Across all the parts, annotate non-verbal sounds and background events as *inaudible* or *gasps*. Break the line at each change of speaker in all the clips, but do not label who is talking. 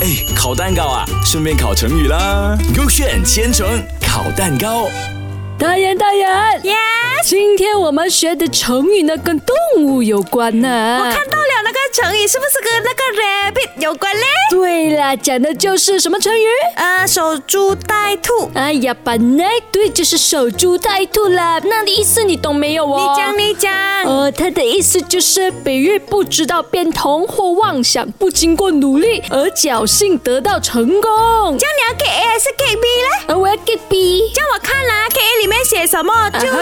哎，烤蛋糕啊，顺便烤成语啦。勾选千层烤蛋糕，
大人，大人
Yes，
今天我们学的成语呢，跟动物有关呢、
我看到了那个成语是不是跟那个 rabbit 有关嘞？
对啦，讲的就是什么成语？
呃，守株待兔。
哎呀，本来对，就是守株待兔啦。那的意思你懂没有
你
哦？
讲，你讲。
呃，它的意思就是比喻不知道变通或妄想不经过努力而侥幸得到成功。呃
这样你要给 A 还是给 B 嘞？
而我要 get B。
叫我看啦、k A 里面写什么？
啊哈
就是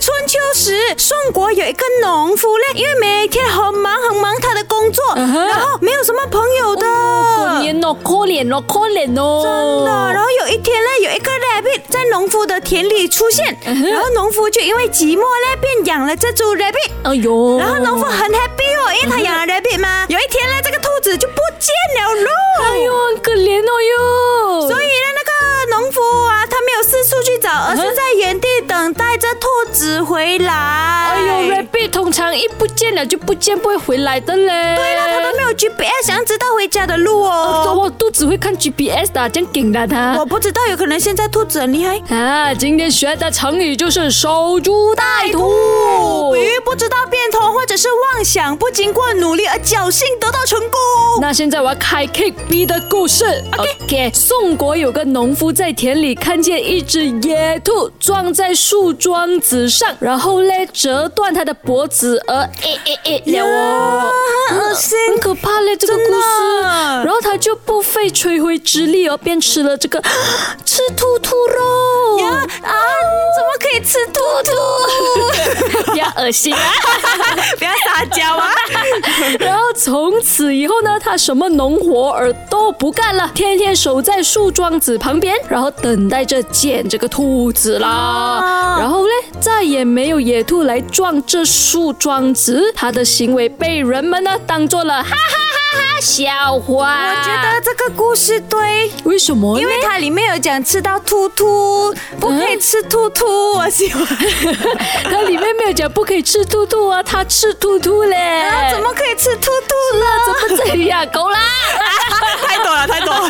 春秋时，宋国有一个农夫嘞，因为每天很忙很忙他的工作，
啊哈
然后没有什么朋友的。
过年哦，可怜哦，可怜哦。
真的。然后有一天呢，有一个 rabbit 在农夫的田里出现，
嗯哼
然后农夫就因为寂寞呢，便养了这株 rabbit。
哎呦，
然后农夫很 happy 哦，因为他养
嗯
了 rabbit 嘛。有一天呢，这个兔子就不见了喽。
哎呦，很可怜哦哟。
所以呢，那个农夫啊，他没有四处去找，而是在原地等待着兔子回来。
哎呦
对
，rabbit 通常一不见了就不见，不会回来的嘞。对
了，他都没有 GPS，想要知道回家的路
说
哦。
我肚子会看 GPS 的，这样给了他。
我不知道，有可能现在兔子很厉害。
啊，今天学的成语就是守株待兔
比。喻哎不知道变通，或者是妄想不经过努力而呃侥幸得到成功。
那现在我要开 K B 的故事。OK，宋国有个农夫在田里看见一只野兔撞在树桩子上，然后嘞折断它的脖子呃而诶诶诶了哦。
呀很恶心
很可怕嘞这个故事。
真的
然后他就不费吹灰之力哦，便吃了这个 *gasps* 吃兔兔肉。
呀啊！怎么可以吃兔兔？
*laughs* 不要恶心啊！
*laughs* 不要撒
*laughs*
娇啊！
然后从此以后呢，他什么农活儿都不干了，天天守在树桩子旁边，然后等待着见这个兔子啦
啊。
然后嘞，再也没有野兔来撞这树桩子，他的行为被人们呢当做了哈哈哈哈笑话。
我觉得这个故事对。
为什么呢？
因为它里面有讲吃到兔兔，不可以吃兔兔，我喜欢。
它里面没有讲不可以吃兔兔啊，它吃兔兔 *laughs* 嘞。
啊，怎么可以吃兔兔呢？
不这样？够啦！
太多了，太多了。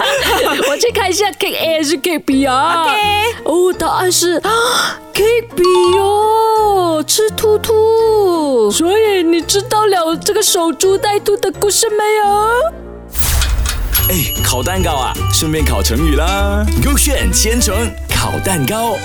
*laughs* 我去看一下 K A 还是 K B 啊。
OK
哦，答案是 *gasps* K B 哦，吃兔兔。所以你知道了这个守株待兔的故事没有？
哎，烤蛋糕啊，顺便烤成语啦。勾选千层烤蛋糕。